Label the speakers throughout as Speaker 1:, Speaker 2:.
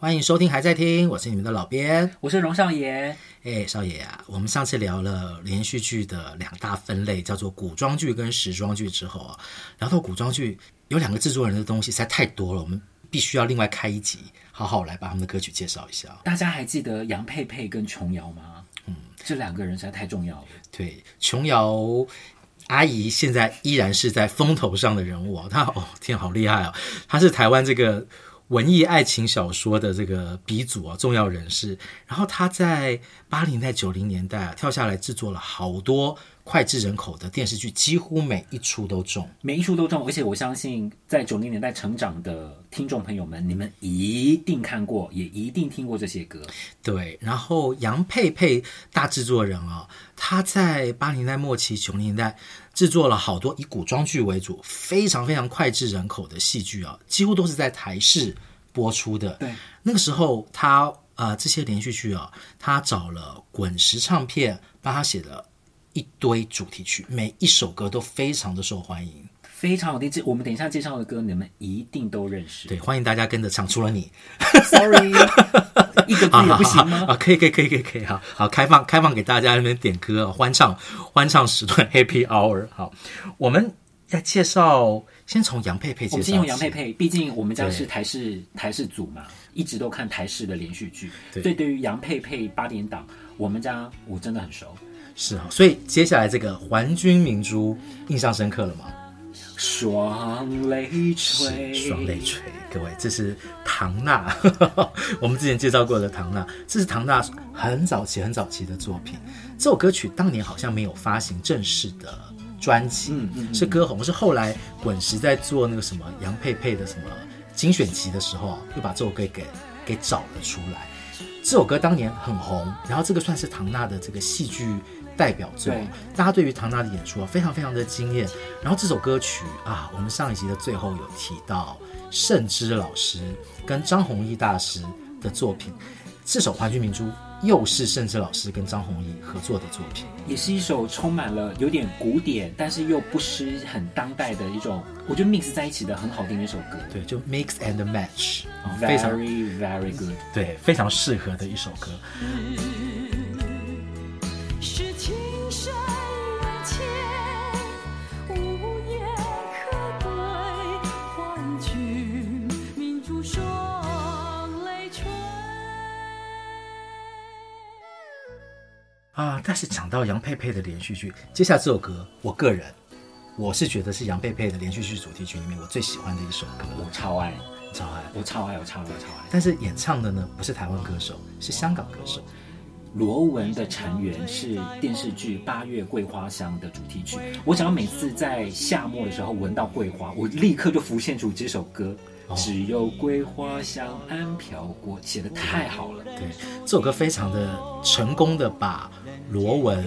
Speaker 1: 欢迎收听，还在听，我是你们的老编。
Speaker 2: 我是荣少爷。
Speaker 1: 哎，少爷啊，我们上次聊了连续剧的两大分类，叫做古装剧跟时装剧之后啊，聊到古装剧有两个制作人的东西实在太多了，我们必须要另外开一集，好好来把他们的歌曲介绍一下哦。
Speaker 2: 大家还记得杨佩佩跟琼瑶吗？嗯，这两个人实在太重要了。
Speaker 1: 对，琼瑶阿姨现在依然是在风头上的人物哦，她哦天好厉害哦，她是台湾这个文艺爱情小说的这个鼻祖哦，重要人士。然后她在八零代九零年代啊跳下来制作了好多脍炙人口的电视剧，几乎每一出都中。
Speaker 2: 每一出都中，而且我相信在九零年代成长的听众朋友们，你们一定看过，也一定听过这些歌。
Speaker 1: 对，然后杨佩佩大制作人啊、她在八零年代末期、九零年代制作了好多以古装剧为主、非常非常脍炙人口的戏剧啊，几乎都是在台视播出的。
Speaker 2: 对，
Speaker 1: 那个时候她呃这些连续剧啊，她找了滚石唱片帮她写了一堆主题曲，每一首歌都非常的受欢迎。
Speaker 2: 非常好听，这我们等一下介绍的歌，你们一定都 认识。
Speaker 1: 对，欢迎大家跟着唱，除了你。
Speaker 2: ，Sorry，一个字也不行吗？
Speaker 1: 啊，可以，可以，可以，可以，可以，好好开放，开放给大家那边点歌、哦，欢唱，欢唱时段 Happy Hour。好，我们要介绍，先从杨佩佩介
Speaker 2: 我
Speaker 1: 绍
Speaker 2: 们
Speaker 1: 起。
Speaker 2: 先用杨佩佩，毕竟我们家
Speaker 1: 对
Speaker 2: 是台视台视组嘛，一直都看台视的连续剧，
Speaker 1: 对
Speaker 2: 所以对于杨佩佩八点档，我们家我真的很熟，
Speaker 1: 是啊，所以接下来这个《还君明珠》印象深刻了吗？
Speaker 2: 双啊泪
Speaker 1: 是
Speaker 2: 垂，
Speaker 1: 双泪垂，各位，这是唐娜， 我们之前介绍过的唐娜，这是唐娜很早期、很早期的作品。这首歌曲当年好像没有发行正式的专辑，
Speaker 2: 嗯嗯嗯
Speaker 1: 是歌红，是后来滚石在做那个什么杨佩佩的什么精选集的时候啊，又把这首歌给给找了出来。这首歌当年很红，然后这个算是唐娜的这个戏剧代表作
Speaker 2: 对，
Speaker 1: 大家对于唐娜的演出啊非常非常的惊艳。然后这首歌曲啊，我们上一集的最后有提到盛之老师跟张弘毅大师的作品，这首《还君明珠》又是盛之老师跟张弘毅合作的作品。
Speaker 2: 也是一首充满了有点古典，但是又不失很当代的一种，我觉得 mix 在一起的很好听的一首歌。
Speaker 1: 对，就 mix and match，、啊，非常
Speaker 2: Very very good，
Speaker 1: 对，非常适合的一首歌。
Speaker 3: 是情深缘浅，无言可归。还君明珠双泪垂。
Speaker 1: 啊，但是讲到杨佩佩的连续剧，接下来这首歌，我个人我是觉得是杨佩佩的连续剧主题曲里面我最喜欢的一首歌，
Speaker 2: 我超爱，
Speaker 1: 我超爱。
Speaker 2: 我超爱，我超爱，我超爱。
Speaker 1: 但是演唱的呢，不是台湾歌手，是香港歌手。
Speaker 2: 罗文的成员是电视剧《八月桂花香》的主题曲。我只要每次在夏末的时候闻到桂花，我立刻就浮现出这首歌。
Speaker 1: 哦
Speaker 2: 只有桂花香安飘过，写的太好了。
Speaker 1: 对，这首歌非常的成功的把罗文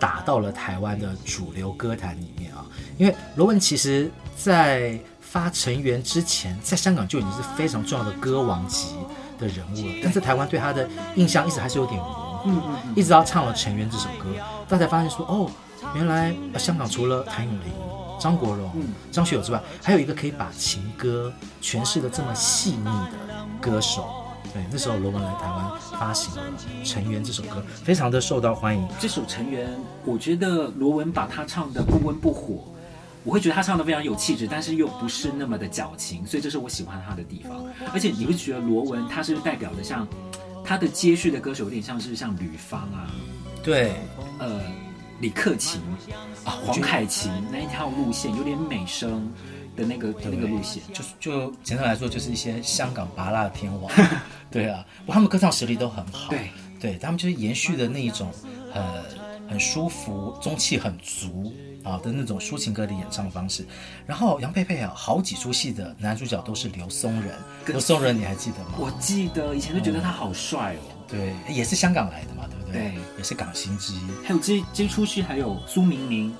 Speaker 1: 打到了台湾的主流歌坛里面啊，因为罗文其实在发成员之前，在香港就已经是非常重要的歌王级的人物了，但在台湾对他的印象一直还是有点模糊，一直到唱了《成员》这首歌，大家发现说哦，原来、呃香港除了谭咏麟。张国荣、张学友之外，还有一个可以把情歌诠释的这么细腻的歌手，对，那时候罗文来台湾发行了《成员》这首歌，非常的受到欢迎。
Speaker 2: 这首《成员》，我觉得罗文把他唱的不温不火，我会觉得他唱的非常有气质，但是又不是那么的矫情，所以这是我喜欢他的地方。而且你会觉得罗文他是代表的像他的接续的歌手，有点像是像吕方啊，
Speaker 1: 对，
Speaker 2: 呃，李克勤啊、黄凯芹那一条路线，有点美声的那个那个路线。
Speaker 1: 就就简单来说，就是一些香港拔辣天 王。对啊，不过他们歌唱实力都很好。
Speaker 2: 对，
Speaker 1: 对他们就是延续的那一种呃很舒服、中气很足啊的那种抒情歌的演唱方式。然后杨佩佩啊，好几出戏的男主角都是刘松仁。刘松仁你还记得吗？
Speaker 2: 我记得以前就觉得他好帅哦。
Speaker 1: 对，也是香港来的嘛，对不对？
Speaker 2: 对
Speaker 1: 也是港星之一。
Speaker 2: 还有这这出戏还有苏明明，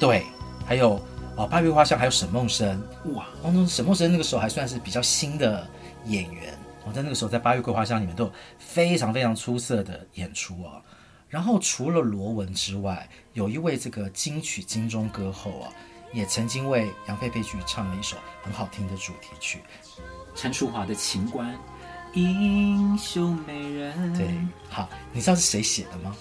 Speaker 1: 对，还有哦，八月花香，还有沈梦生。
Speaker 2: 哇，
Speaker 1: 当中沈梦生那个时候还算是比较新的演员，我、在那个时候在《八月桂花香》里面都有非常非常出色的演出啊。然后除了罗文之外，有一位这个金曲金钟歌后啊，也曾经为杨佩佩去唱了一首很好听的主题曲。
Speaker 2: 陈淑桦的《情关》。英雄美人，
Speaker 1: 对，好，你知道是谁写的吗？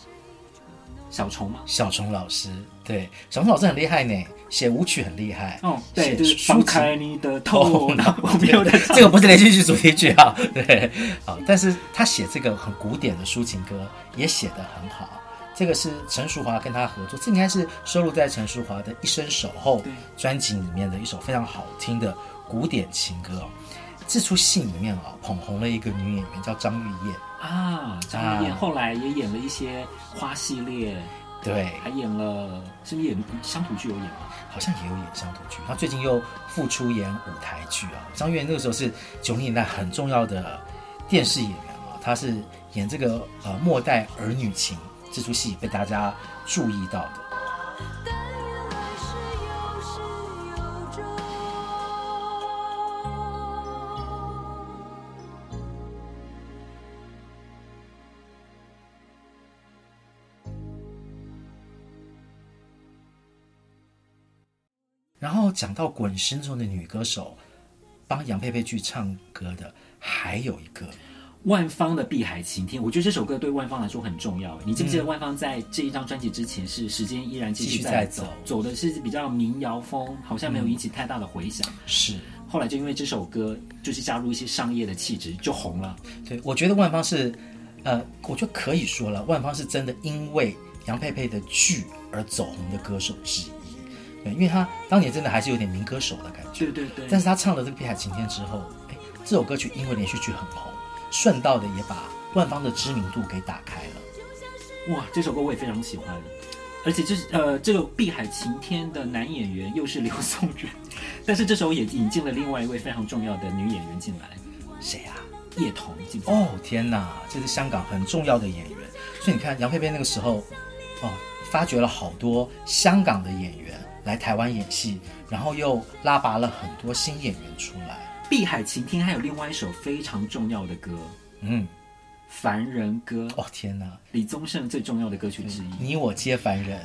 Speaker 2: 小虫嘛，
Speaker 1: 小虫老师，对，小虫老师很厉害呢，写舞曲很厉害。
Speaker 2: 哦，对，
Speaker 1: 写
Speaker 2: 就是
Speaker 1: 抒
Speaker 2: 放
Speaker 1: 情
Speaker 2: 开你的
Speaker 1: 哦
Speaker 2: 头脑，我没 有在唱
Speaker 1: 这个不是连续剧主题曲啊， 对，好，但是他写这个很古典的抒情歌也写得很好。这个是陈淑华跟他合作，这应该是收录在陈淑华的《一生守候
Speaker 2: 对》
Speaker 1: 专辑里面的一首非常好听的古典情歌哦。这出戏里面啊、捧红了一个女演员叫张玉燕，
Speaker 2: 啊，张玉燕
Speaker 1: 啊
Speaker 2: 后来也演了一些花系列，
Speaker 1: 对，
Speaker 2: 还演了，是不是演乡土剧有演吗？
Speaker 1: 好像也有演乡土剧，她最近又复出演舞台剧啊。张玉燕那个时候是九零年代很重要的电视演员啊，她是演这个呃《末代儿女情》这出戏被大家注意到的。
Speaker 3: 但愿来世有始有终。
Speaker 1: 然后讲到滚石中的女歌手，帮杨佩佩去唱歌的还有一个，
Speaker 2: 万芳的《碧海晴天》，我觉得这首歌对万芳来说很重要。你记不记得万芳在这一张专辑之前是《时间依然继
Speaker 1: 继
Speaker 2: 续
Speaker 1: 续
Speaker 2: 在
Speaker 1: 在
Speaker 2: 走
Speaker 1: 走》，
Speaker 2: 走的是比较民谣风，好像没有引起太大的回响。
Speaker 1: 是
Speaker 2: 后来就因为这首歌，就是加入一些商业的气质，就红了。
Speaker 1: 对，我觉得万芳是，呃，我就可以说了，万芳是真的因为杨佩佩的剧而走红的歌手之一，对，因为她当年真的还是有点民歌手的感觉。
Speaker 2: 对对对
Speaker 1: 但是他唱了这个《碧海晴天》之后，哎，这首歌曲因为连续剧很红，顺道的也把万芳的知名度给打开了。
Speaker 2: 哇，这首歌我也非常喜欢，而且这是呃，这个《碧海晴天》的男演员又是刘松仁， 但是这时候也引进了另外一位非常重要的女演员进来，
Speaker 1: 谁啊？
Speaker 2: 叶童进来。
Speaker 1: 哦，天哪，这是香港很重要的演员。所以你看，杨佩佩那个时候，哦，发掘了好多香港的演员来台湾演戏，然后又拉拔了很多新演员出来。
Speaker 2: 《碧海晴天》还有另外一首非常重要的歌《
Speaker 1: 嗯，
Speaker 2: 凡人歌》，
Speaker 1: 哦，天哪，
Speaker 2: 李宗盛最重要的歌曲之一。
Speaker 1: 你我皆凡人，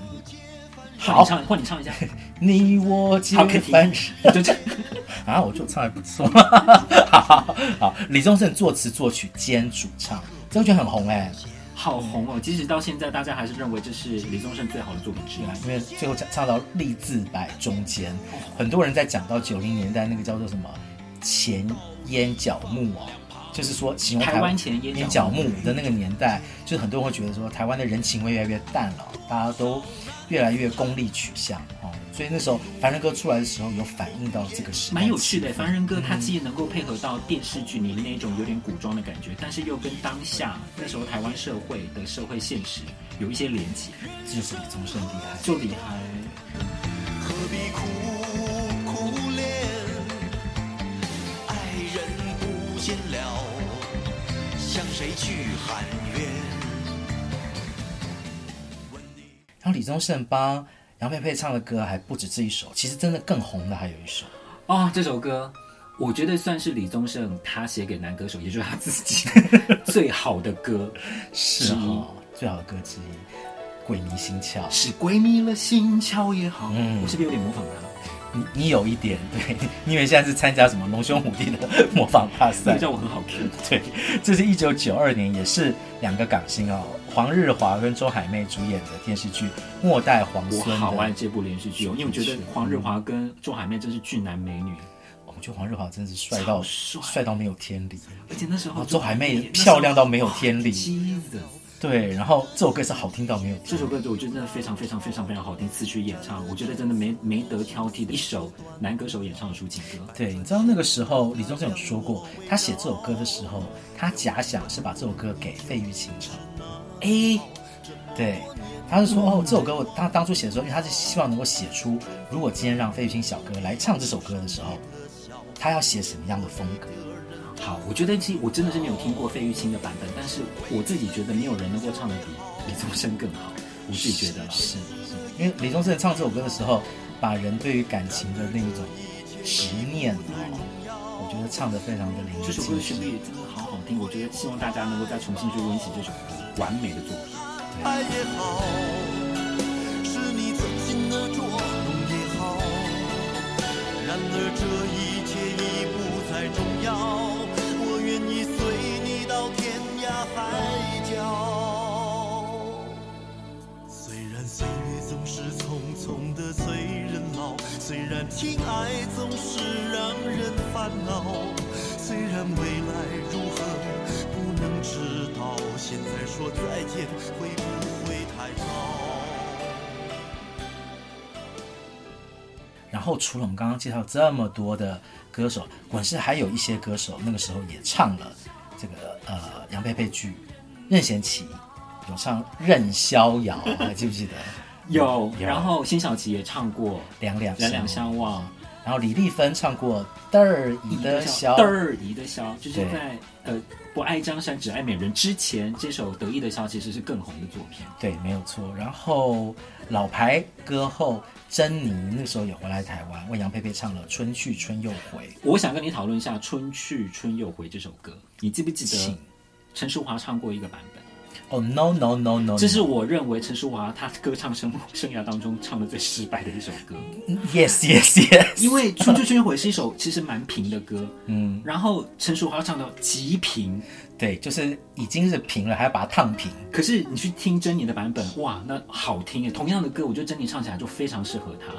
Speaker 2: 换
Speaker 1: 好
Speaker 2: 你唱，换你唱 一下，
Speaker 1: 你我皆
Speaker 2: 好，可以停
Speaker 1: 凡人。，
Speaker 2: 就这。
Speaker 1: 啊，我就唱还不错。 好，好，李宗盛作词作曲兼主唱，这个就很红哎、
Speaker 2: 好红哦！即使到现在，大家还是认为这是李宗盛最好的作品之一。
Speaker 1: 因为最后唱唱到励志百中间，很多人在讲到九零年代那个叫做什么前烟角木哦，就是说形容
Speaker 2: 台湾前烟
Speaker 1: 烟
Speaker 2: 角
Speaker 1: 角木的那个年代，就是很多人会觉得说台湾的人情味越来越淡了，大家都越来越功利取向哦，所以那时候凡人歌出来的时候有反映到这个时代，
Speaker 2: 蛮有趣的，凡人歌它既能够配合到电视剧里面那种有点古装的感觉，但是又跟当下那时候台湾社会的社会现实有一些连结，
Speaker 1: 这就是李宗盛厉害。
Speaker 2: 就厉害。
Speaker 4: 何必苦苦恋？爱人不见了，向谁去喊冤？
Speaker 1: 然后李宗盛帮杨佩佩唱的歌还不止这一首，其实真的更红的还有一首。
Speaker 2: 哦，这首歌我觉得算是李宗盛他写给男歌手，也就是他自 己最好的歌，
Speaker 1: 是
Speaker 2: 之一
Speaker 1: 哦，最好的歌之一，《鬼迷心窍》。
Speaker 2: 是鬼迷了心窍也好。
Speaker 1: 嗯
Speaker 2: 我是不是有点模仿他？
Speaker 1: 你你有一点 对，你以为现在是参加什么龙兄虎弟的模仿大
Speaker 2: 那
Speaker 1: 赛
Speaker 2: 个？叫我很好 Q。
Speaker 1: 对，这是一九九二年，也是两个港星哦，黄日华跟周海媚主演的电视剧《末代皇
Speaker 2: 我
Speaker 1: 孙》
Speaker 2: 好爱
Speaker 1: 的。
Speaker 2: 这部连续剧哦，因为我觉得黄日华跟周海媚真是俊男美女，
Speaker 1: 我觉得黄日华真是帅到
Speaker 2: 超帅
Speaker 1: 到没有天 理，
Speaker 2: 而且那时候
Speaker 1: 哦周海媚
Speaker 2: 那时候
Speaker 1: 漂亮到没有天理。
Speaker 2: Jesus，
Speaker 1: 对，然后这首歌是好听到没有天理。
Speaker 2: 这首歌我觉得真的非常非常非常非常好听，词曲演唱，我觉得真的没没得挑剔的一首男歌手演唱的抒情歌。
Speaker 1: 对，你知道那个时候李宗盛有说过，他写这首歌的时候，他假想是把这首歌给费玉清唱。
Speaker 2: 哎，
Speaker 1: 对，他就说哦，这首歌我他当初写的时候，因为他是希望能够写出，如果今天让费玉清小哥来唱这首歌的时候，他要写什么样的风格？
Speaker 2: 好，我觉得其实我真的是没有听过费玉清的版本，但是我自己觉得没有人能够唱的比李宗盛更好，我自己觉得啦。
Speaker 1: 是是，因为李宗盛唱这首歌的时候，把人对于感情的那种执念哦，我觉得唱的非常的淋
Speaker 2: 这
Speaker 1: 漓
Speaker 2: 首歌
Speaker 1: 尽
Speaker 2: 的旋
Speaker 1: 致。
Speaker 2: 律真的好好听，我觉得希望大家能够再重新去温习这首歌，完美的作品。
Speaker 4: 爱也好，是你曾经的捉弄也好，然而这一切已不再重要。我愿意随你天涯海角。虽然岁月总是匆匆的催人老，虽然情爱总是让人烦恼，虽然未来如何不能知道，现在说再见会不会太早？
Speaker 1: 然后除了我们刚刚介绍这么多的歌手，滚石还有一些歌手那个时候也唱了这个呃杨佩佩剧，任贤齐有唱《任逍遥》，还记不记得？
Speaker 2: 有，
Speaker 1: 有
Speaker 2: 然后辛晓琪也唱过
Speaker 1: 两两
Speaker 2: 《两两相望》，
Speaker 1: 然后李丽芬唱过《嘚儿你的小
Speaker 2: 嘚儿一的箫，就是
Speaker 1: 对
Speaker 2: 在呃不爱江山只爱美人之前，这首得意的箫其实是更红的作品。
Speaker 1: 对，没有错。然后老牌歌后珍妮那时候也回来台湾，为杨佩佩唱了《春去春又回》。
Speaker 2: 我想跟你讨论一下《春去春又回》这首歌，你记不记得
Speaker 1: 请
Speaker 2: 陈淑桦唱过一个版本？
Speaker 1: 哦、n o no no no，
Speaker 2: 这是我认为陈淑桦她歌唱生生涯当中唱的最失败的一首 歌，
Speaker 1: yes yes yes，
Speaker 2: 因为《春去春又回》是一首其实蛮平的歌，
Speaker 1: 嗯，
Speaker 2: 然后陈淑桦唱的极平，
Speaker 1: 对，就是已经是平了，还要把它烫平。
Speaker 2: 可是你去听珍妮的版本，哇，那好听耶！同样的歌，我觉得珍妮唱起来就非常适合她。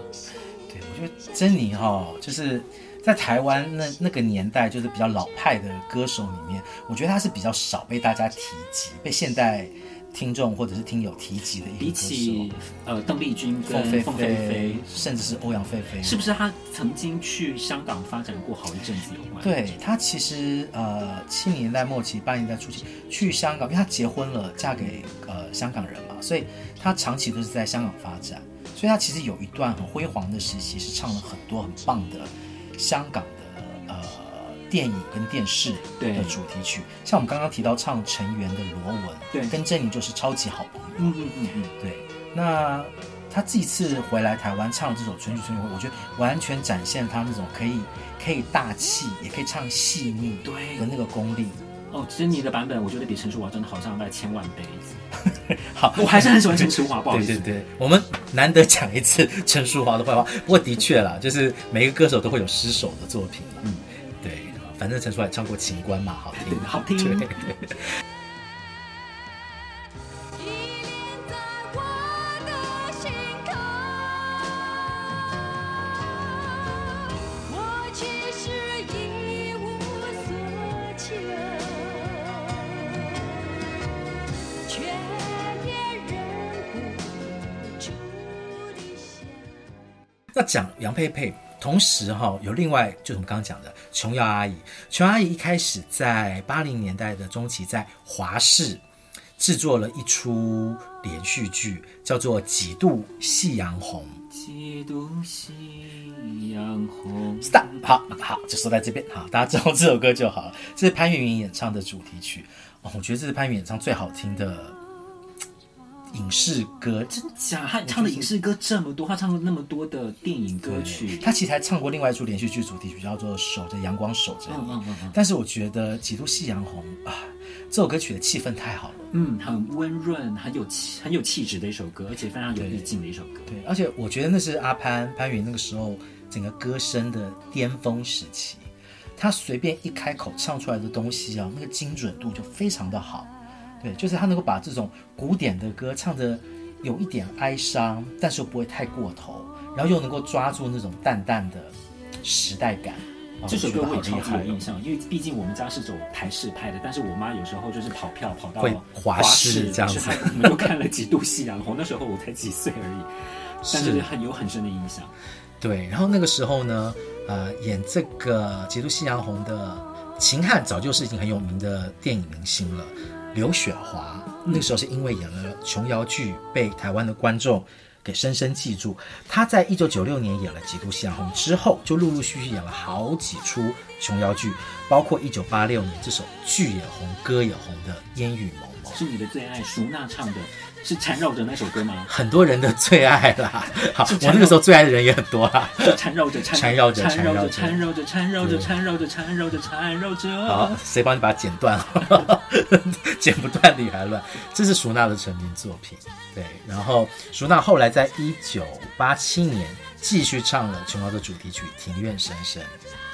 Speaker 1: 对，我觉得珍妮哈、就是在台湾那那个年代，就是比较老派的歌手里面，我觉得她是比较少被大家提及，被现代听众或者是听友提及的一个
Speaker 2: 比
Speaker 1: 歌
Speaker 2: 起
Speaker 1: 手。
Speaker 2: 呃邓丽君跟
Speaker 1: 凤飞
Speaker 2: 凤飞飞，
Speaker 1: 甚至是欧阳菲啊菲，
Speaker 2: 是不是她曾经去香港发展过好一阵子有关？
Speaker 1: 对他其实呃七零年代末期八零年代初期去香港，因为他结婚了，嫁给呃香港人嘛，所以他长期都是在香港发展，所以他其实有一段很辉煌的时期，是唱了很多很棒的香港的呃电影跟电视
Speaker 2: 对
Speaker 1: 的主题曲，像我们刚刚提到唱陈圆的《罗文》，
Speaker 2: 对
Speaker 1: 跟郑怡就是超级好朋友，
Speaker 2: 嗯嗯嗯嗯，
Speaker 1: 对，那他这一次回来台湾唱这首《春去春又回》，我觉得完全展现他那种可以可以大气，也可以唱细腻
Speaker 2: 对
Speaker 1: 的那个功力。
Speaker 2: 哦，珍妮的版本我觉得比陈淑桦真的好上百千万倍。
Speaker 1: 好，
Speaker 2: 我还 是很喜欢陈淑桦，不好意
Speaker 1: 对
Speaker 2: 思。
Speaker 1: 对对，我们难得讲一次 陈淑桦的坏话。不过的确啦，就是每个歌手都会有失手的作品。嗯，对，反正陈淑桦也唱过《情关》嘛，好听
Speaker 2: 对， 好听
Speaker 1: 对
Speaker 3: 依恋在我的心口，我其实一无所求，却也忍不住地想。
Speaker 1: 那讲杨佩佩，同时哈、有另外就是我们刚刚讲的琼瑶阿姨，琼瑶阿姨一开始在八零年代的中期在华视制作了一出连续剧，叫做《几度夕阳红》。
Speaker 2: 几度夕阳红。
Speaker 1: Stop，好好，就说在这边，好，大家知道这首歌就好了。这是潘越云演唱的主题曲，哦，我觉得这是潘越云演唱最好听的嘖影视歌。
Speaker 2: 真假？他唱的影视歌这么多，他唱过那么多的电影歌曲。
Speaker 1: 他其实还唱过另外一出连续剧主题曲，叫做《守着阳光守着你》。
Speaker 2: 嗯嗯嗯嗯
Speaker 1: 但是我觉得《几度夕阳红》啊，这首歌曲的气氛太好了。
Speaker 2: 嗯，很温润，很有气，很有气质的一首歌，而且非常有
Speaker 1: 对
Speaker 2: 意境的一首歌。
Speaker 1: 对，而且我觉得那是阿潘潘云那个时候整个歌声的巅峰时期，他随便一开口唱出来的东西啊，那个精准度就非常的好。对，就是他能够把这种古典的歌唱的有一点哀伤，但是又不会太过头，然后又能够抓住那种淡淡的时代感。啊
Speaker 2: 这首歌我也
Speaker 1: 我觉
Speaker 2: 超
Speaker 1: 得
Speaker 2: 级
Speaker 1: 好
Speaker 2: 有
Speaker 1: 厉害哦
Speaker 2: 印象，因为毕竟我们家是走台式派的，但是我妈有时候就是跑票跑到
Speaker 1: 会
Speaker 2: 华
Speaker 1: 华视这样
Speaker 2: 去
Speaker 1: 子
Speaker 2: 看我们就看了几度夕阳红，那时候我才几岁而已，但
Speaker 1: 是
Speaker 2: 是很有很深的印象。
Speaker 1: 对，然后那个时候呢，呃，演这个《捷度夕阳红》的秦汉早就是已经很有名的电影明星了。刘雪华那个时候是因为演了琼瑶剧被台湾的观众给深深记住。她在一九九六年演了《捷度夕阳红》之后，就陆陆续续演了好几出琼瑶剧，包括一九八六年这首剧也红、歌也红的《烟雨蒙蒙》。
Speaker 2: 是你的最爱，舒娜唱的，是缠绕着那首歌吗？
Speaker 1: 很多人的最爱啦，好，
Speaker 2: 是
Speaker 1: 我那个时候最爱的人也很多啦。
Speaker 2: 就缠绕着，
Speaker 1: 缠绕着
Speaker 2: 缠绕着，
Speaker 1: 缠
Speaker 2: 缠绕着，缠绕着，
Speaker 1: 对
Speaker 2: 缠绕着，缠绕着，缠绕
Speaker 1: 好
Speaker 2: 着。，
Speaker 1: 哦谁帮你把它剪断了？ 剪不断理还乱。这是舒娜的成名作品，对。然后舒娜后来在一九八七年继续唱了琼瑶的主题曲《庭院深深》，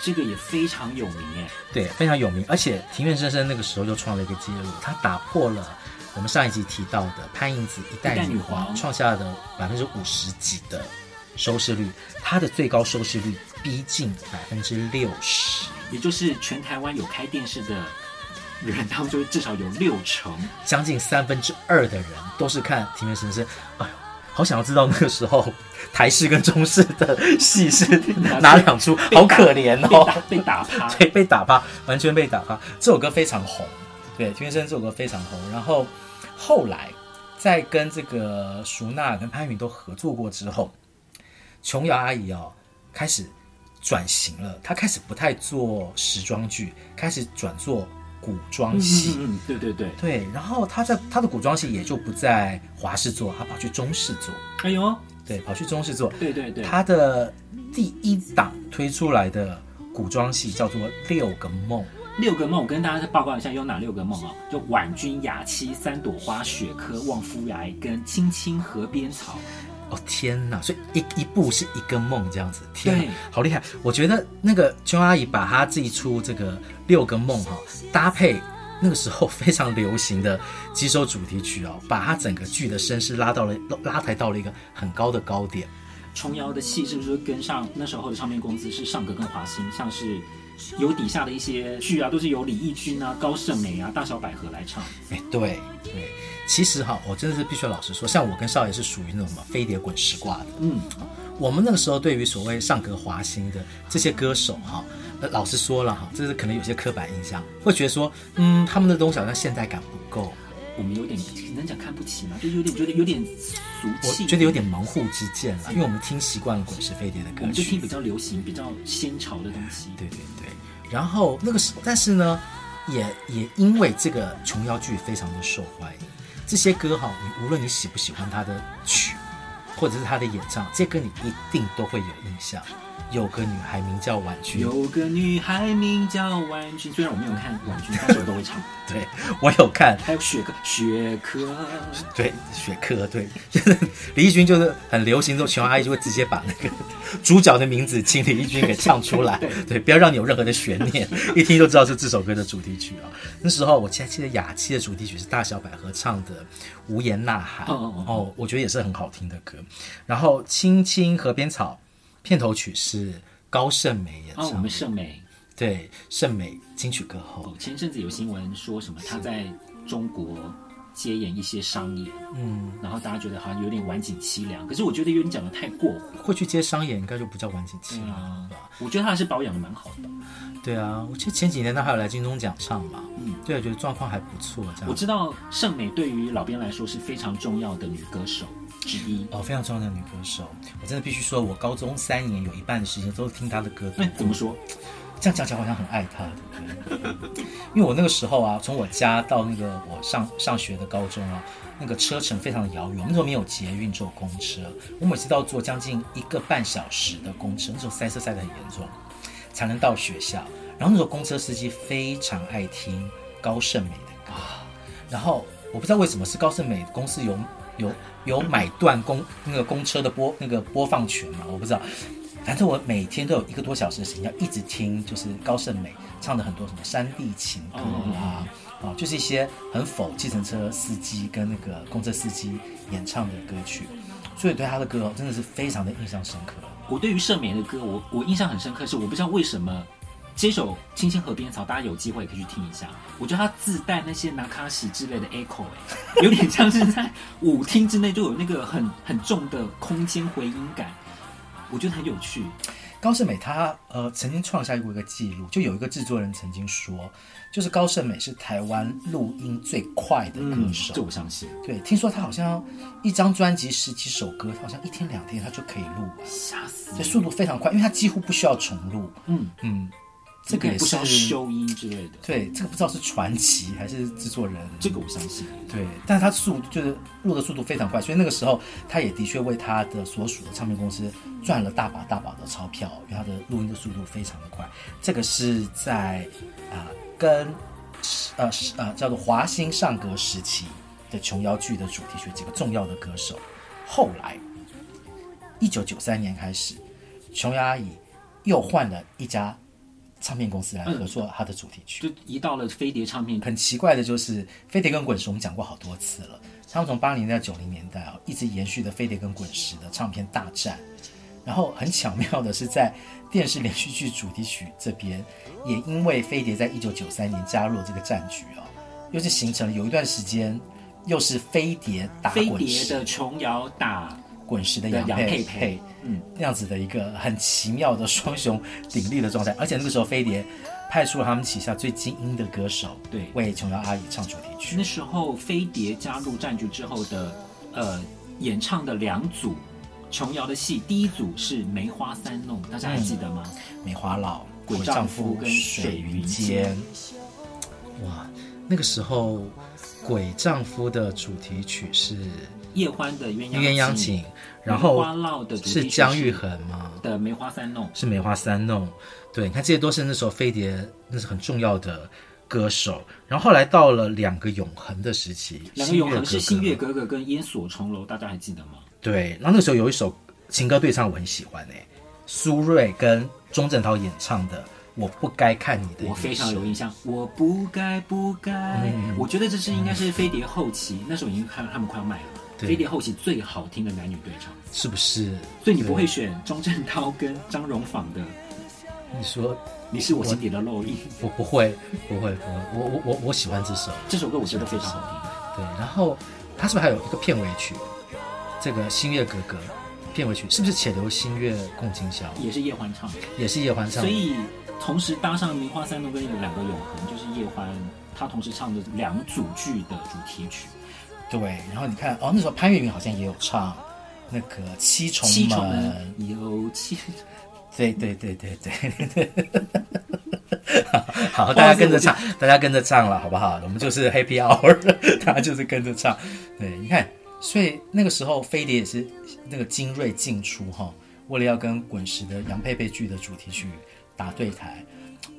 Speaker 2: 这个也非常有名哎。
Speaker 1: 对，非常有名。而且庭院深深那个时候就创了一个记录，他打破了我们上一集提到的潘迎紫一代
Speaker 2: 一代
Speaker 1: 女
Speaker 2: 女
Speaker 1: 皇
Speaker 2: 皇
Speaker 1: 创下的百分之五十几的收视率，她的最高收视率逼近百分之六十。
Speaker 2: 也就是全台湾有开电视的人，他们就至少有六成。
Speaker 1: 将近三分之二的人都是看《庭院深深》。哎呦，好想要知道那个时候台式跟中式的戏是 哪两出，好可怜 哦。
Speaker 2: 被打被打趴。
Speaker 1: 对，被打趴，完全被打趴。这首歌非常红，对，《庭院深深》这首歌非常红。然后后来在跟这个熟娜跟潘云都合作过之后，琼瑶阿姨哦开始转型了，她开始不太做时装剧，开始转做古装戏。
Speaker 2: 嗯嗯，对对对。
Speaker 1: 对，然后他在他的古装戏也就不在华视做，他跑去中视做，
Speaker 2: 哎呦，
Speaker 1: 对，跑去中视做。
Speaker 2: 对对对，
Speaker 1: 他的第一档推出来的古装戏叫做《六个梦》，
Speaker 2: 六个梦，我跟大家报告一下有哪六个梦啊？就婉君、雅妻、三朵花、雪珂、望夫来跟青青河边草。
Speaker 1: 哦天哪！所以一一部是一个梦这样子，天
Speaker 2: 对
Speaker 1: 哪，好厉害！我觉得那个琼瑶阿姨把她这一出这个《六个梦》哈、搭配。那个时候非常流行的几首主题曲哦，把她整个剧的声势拉到了拉抬到了一个很高的高点。
Speaker 2: 琼瑶的戏是不是跟上那时候的唱片公司是上格跟华星，像是有底下的一些剧啊，都是由李翊君啊、高胜美啊、大小百合来唱。
Speaker 1: 哎，对对，其实哈，我真的是必须老实说，像我跟少爷是属于那种什么飞碟滚石挂的。
Speaker 2: 嗯，
Speaker 1: 我们那个时候对于所谓上格华星的这些歌手哈，呃，老实说了哈，这是可能有些刻板印象，会觉得说，嗯，他们的东西好像现代感不够，
Speaker 2: 我们有点能讲看不起吗？就有点觉得有点俗
Speaker 1: 我
Speaker 2: 气，
Speaker 1: 觉得有点门户之见了，因为我们听习惯了滚石飞碟的
Speaker 2: 我
Speaker 1: 歌
Speaker 2: 们就
Speaker 1: 曲
Speaker 2: 听。比较流行、比较新潮的东西。
Speaker 1: 对对对，然后那个时，但是呢，也也因为这个琼瑶剧非常的受欢迎，这些歌哈，你无论你喜不喜欢他的曲，或者是他的演唱，这些歌你一定都会有印象。有个女孩名叫婉君，
Speaker 2: 有个女孩名叫婉君，虽然我没有看婉君，但是我都会唱。
Speaker 1: 对我有看，
Speaker 2: 还有雪珂，雪珂，
Speaker 1: 对雪珂，对， 就是李翊君就是很流行之后，琼瑶阿姨就会直接把那个主角的名字请李翊君给唱出来，
Speaker 2: 对对
Speaker 1: 对，不要让你有任何的悬念， 一听就知道是这首歌的主题曲啊。那时候我记记得雅琪的主题曲是大小百合唱的《无言呐喊》，
Speaker 2: 哦哦哦
Speaker 1: 哦，我觉得也是很好听的歌。然后《青青河边草》片头曲是高胜美演
Speaker 2: 哦，我
Speaker 1: 唱
Speaker 2: 们
Speaker 1: 的，
Speaker 2: 盛美
Speaker 1: 对，胜美金曲歌后
Speaker 2: 哦，，前阵子有新闻说什么她在中国接演一些商演，
Speaker 1: 嗯，
Speaker 2: 然后大家觉得好像有点晚景凄凉，可是我觉得有点讲的太过火
Speaker 1: 会去接商演应该就不叫晚景期了
Speaker 2: 啊
Speaker 1: 吧。。
Speaker 2: 我觉得她还是保养的蛮好的。
Speaker 1: 对啊，我记得前几年他还有来金钟奖上嘛，嗯
Speaker 2: 嗯，
Speaker 1: 对，我觉得状况还不错，这
Speaker 2: 我
Speaker 1: 样。
Speaker 2: 知道盛美对于老编来说是非常重要的女歌手之一。
Speaker 1: 哦，非常重要的女歌手，我真的必须说，我高中三年有一半的时间都听她的歌。
Speaker 2: 哎，怎么说？
Speaker 1: 这样讲起来好像很爱她，对不对？因为我那个时候啊，从我家到那个我上上学的高中啊，那个车程非常的遥远，我们那时候没有捷运，只有公车，我每次都要坐将近一个半小时的公车，那时候塞车塞得很严重，才能到学校。然后那时候公车司机非常爱听高胜美的歌。然后我不知道为什么是高胜美公司有有有买断公那个公车的播那个播放权嘛，我不知道。反正我每天都有一个多小时的时间要一直听，就是高胜美唱的很多什么山地情歌啊，啊，就是一些很否计程车司机跟那个公车司机演唱的歌曲，所以对他的歌真的是非常的印象深刻。
Speaker 2: 我对于盛美的歌，我我印象很深刻，是我不知道为什么这首《青青河边草》，大家有机会也可以去听一下。我觉得它自带那些拿卡西之类的 echo，哎， 有点像是在舞厅之内就有那个很很重的空间回音感，我觉得很有趣。
Speaker 1: 高胜美她呃曾经创下过一个记录，就有一个制作人曾经说，就是高胜美是台湾录音最快
Speaker 2: 嗯
Speaker 1: 的歌手，
Speaker 2: 这我相信。
Speaker 1: 对，听说他好像一张专辑十几首歌，他好像一天两天他就可以录完，
Speaker 2: 吓死
Speaker 1: 所以！速度非常快，因为他几乎不需要重录。
Speaker 2: 嗯，
Speaker 1: 嗯，这个
Speaker 2: 也
Speaker 1: 也
Speaker 2: 不需要
Speaker 1: 是
Speaker 2: 修音之类的，
Speaker 1: 对，这个不知道是传奇还是制作人。
Speaker 2: 这个我相信。
Speaker 1: 对，但是他速度就是录的速度非常快，所以那个时候他也的确为他的所属的唱片公司赚了大把大把的钞票，因为他的录音的速度非常的快。这个是在啊、跟呃是呃叫做华星上格时期的琼瑶剧的主题曲几个重要的歌手。后来，一九九三年开始，琼瑶阿姨又换了一家唱片公司来合作他的主题曲。
Speaker 2: 就移到了飞碟唱片。
Speaker 1: 很奇怪的就是，飞碟跟滚石我们讲过好多次了，他们从八零到九零年代啊，一直延续的飞碟跟滚石的唱片大战。然后很巧妙的是，在电视连续剧主题曲这边，也因为飞碟在一九九三年加入了这个战局啊，又是形成了有一段时间，又是飞碟打
Speaker 2: 飞
Speaker 1: 滚
Speaker 2: 碟的
Speaker 1: 石，
Speaker 2: 琼瑶打
Speaker 1: 滚石的
Speaker 2: 的
Speaker 1: 杨
Speaker 2: 杨
Speaker 1: 佩
Speaker 2: 佩佩嗯
Speaker 1: 那样子的一个很奇妙的双雄鼎立的状态。而且那个时候，飞碟派出了他们旗下最精英的歌手，
Speaker 2: 对
Speaker 1: 为琼瑶阿姨唱主题曲
Speaker 2: 那。时候飞碟加入战局之后的，呃，演唱的两组琼瑶的戏，第一组是《梅花三弄》，大家还
Speaker 1: 嗯
Speaker 2: 记得吗？
Speaker 1: 梅花老、
Speaker 2: 鬼
Speaker 1: 鬼
Speaker 2: 丈
Speaker 1: 丈
Speaker 2: 夫
Speaker 1: 夫
Speaker 2: 跟
Speaker 1: 跟
Speaker 2: 水
Speaker 1: 水
Speaker 2: 云
Speaker 1: 云
Speaker 2: 间
Speaker 1: 间。哇，那个时候《鬼丈夫》的主题曲是《
Speaker 2: 叶欢的《鸳鸯
Speaker 1: 鸳鸯
Speaker 2: 锦
Speaker 1: 锦》，然后
Speaker 2: 梅花烙的主题曲
Speaker 1: 是姜育恒吗？
Speaker 2: 的《梅花三弄》，
Speaker 1: 是梅花三弄。对，你看这些都是那时候飞碟那是很重要的歌手。然后后来到了两个永恒的时期，
Speaker 2: 两个永恒是
Speaker 1: 新
Speaker 2: 星月
Speaker 1: 歌。
Speaker 2: 格格跟烟锁重楼，大家还记得吗？
Speaker 1: 对，然后那时候有一首情歌对唱我很喜欢诶、欸苏芮跟钟镇涛演唱的《我不该看你的眼神》，
Speaker 2: 我非常有印象，我不该不该，
Speaker 1: 嗯
Speaker 2: 我觉得这是应该是飞碟后期，那时候已经看他们快要卖了，
Speaker 1: 对
Speaker 2: 飞碟后期最好听的男女对唱，
Speaker 1: 是不是？
Speaker 2: 所以你不会选钟镇涛跟张荣坊的《
Speaker 1: 你说
Speaker 2: 你是我心底的烙印》
Speaker 1: 我不会，不会，不会，我我我我喜欢这首。
Speaker 2: 这首歌，我觉得非常好
Speaker 1: 对，然后它是不是还有一个片尾曲？这个《星月格格》片尾曲是不是《且留星月共今宵》？
Speaker 2: 听，也是叶欢唱的，
Speaker 1: 也是叶欢唱
Speaker 2: 所
Speaker 1: 的。
Speaker 2: 以同时搭上《梅花三弄》跟《两个永恒》，就是叶欢他同时唱的两组剧的主题曲，
Speaker 1: 对，然后你看哦，那时候潘越云好像也有唱那个《七重
Speaker 2: 七重
Speaker 1: 门》
Speaker 2: 门有七，
Speaker 1: 对对对对对 对。好，大家跟着唱，大家跟着唱了，好不好？我们就是 Happy Hour，大家 就是跟着唱。对，你看，所以那个时候飞碟也是那个精锐进出哈，为了要跟滚石的杨佩佩剧的主题曲打对台。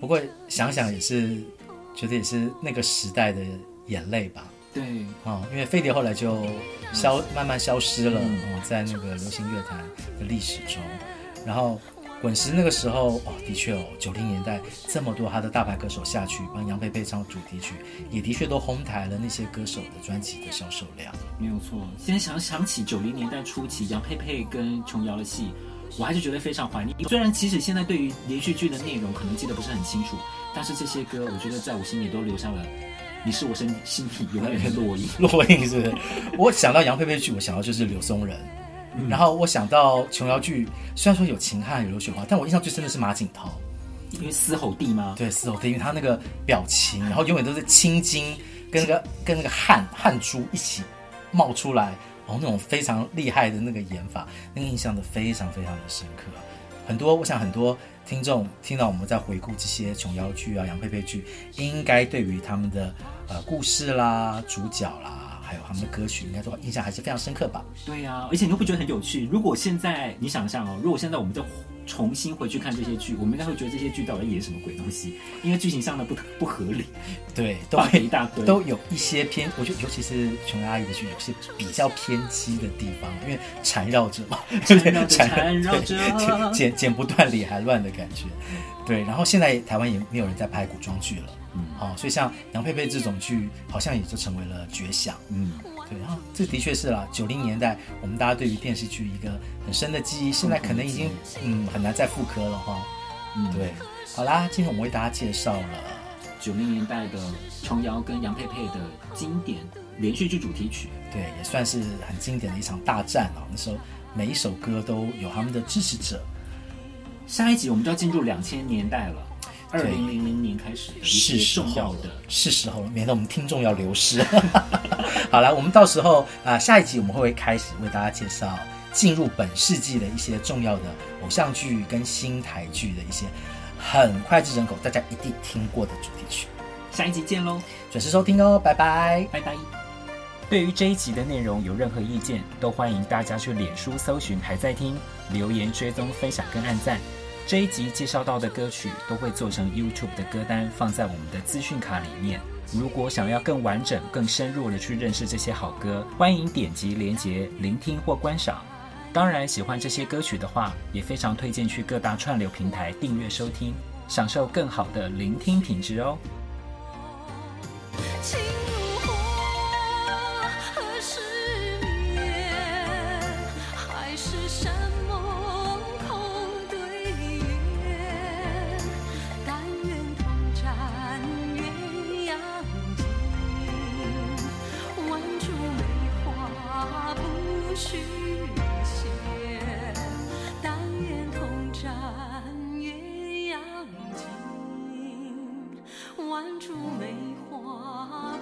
Speaker 1: 不过想想也是，觉得也是那个时代的眼泪吧。
Speaker 2: 对，
Speaker 1: 啊、因为飞碟后来就消慢慢消失了，哦，在那个流行乐坛的历史中，然后滚石那个时候哦，的确哦，九零年代这么多他的大牌歌手下去帮杨佩佩唱主题曲，也的确都哄抬了那些歌手的专辑的销售量。
Speaker 2: 没有错。现在想想起九零年代初期杨佩佩跟琼瑶的戏，我还是觉得非常怀念。虽然其实现在对于连续剧的内容可能记得不是很清楚，但是这些歌我觉得在我心里都留下了，你是我身心里永远的烙印。
Speaker 1: 落印是不是？我想到杨佩佩剧，我想到就是柳松仁，然后我想到琼瑶剧，虽然说有秦汉有刘雪华，但我印象最深的是马景涛。
Speaker 2: 因为嘶吼地吗？
Speaker 1: 对，嘶吼因为他那个表情，然后永远都是青筋跟那个跟那个汗汗珠一起冒出来，然后那种非常厉害的那个演法，那个印象的非常非常的深刻。很多，我想很多听众听到我们在回顾这些琼瑶剧啊、杨佩佩剧，应该对于他们的呃故事啦、主角啦，还有他们的歌曲，应该都印象还是非常深刻吧。
Speaker 2: 对呀、而且你会不会觉得很有趣？如果现在你想象哦，如果现在我们再重新回去看这些剧，我们应该会觉得这些剧到底在演什么鬼东西？因为剧情上的不不合理，
Speaker 1: 对，都
Speaker 2: 放了 一
Speaker 1: 会
Speaker 2: 大堆。
Speaker 1: 都有一些偏，我觉得尤其是琼瑶阿姨的剧，有些比较偏激的地方，因为 缠绕着嘛，对不对？
Speaker 2: 缠绕着缠绕着
Speaker 1: 啊对剪剪不断理还乱的感觉，对。然后现在台湾也没有人在拍古装剧了，嗯，好、所以像杨佩佩这种剧，好像也就成为了绝响，
Speaker 2: 嗯，
Speaker 1: 对。然后这的确是啦，九零年代我们大家对于电视剧一个很深的记忆，现在可能已经嗯很难再复刻了哈，
Speaker 2: 嗯
Speaker 1: 对。好啦，今天我们为大家介绍了。
Speaker 2: 九零年代的琼瑶跟杨佩佩的经典连续剧主题曲。
Speaker 1: 对，也算是很经典的一场大战啊。那时候每一首歌都有他们的支持者，
Speaker 2: 下一集我们就要进入两千年代了，二
Speaker 1: 对
Speaker 2: 零零零年开始的一
Speaker 1: 是
Speaker 2: 些
Speaker 1: 时
Speaker 2: 重要
Speaker 1: 候
Speaker 2: 的
Speaker 1: 了，是时候了，免得我们听众要流失。 好了，我们到时候啊、下一集我们会开始为大家介绍进入本世纪的一些重要的偶像剧跟新台剧的一些很脍炙人口、大家一定听过的主题曲。
Speaker 2: 下一集见喽，
Speaker 1: 准时收听哦，拜拜。
Speaker 2: 拜拜。
Speaker 5: 对于这一集的内容有任何意见，都欢迎大家去脸书搜寻还在听，留言追踪分享跟按赞。这一集介绍到的歌曲都会做成 YouTube 的歌单，放在我们的资讯卡里面。如果想要更完整、更深入的去认识这些好歌，欢迎点击连结聆听或观赏。当然，喜欢这些歌曲的话，也非常推荐去各大串流平台订阅收听。享受更好的聆听品质哦。
Speaker 3: 情如火，何时灭？海誓山盟空对月。但愿同展鸳鸯镜，万株梅花不虚谢。但愿同展鸳鸯镜。万株梅花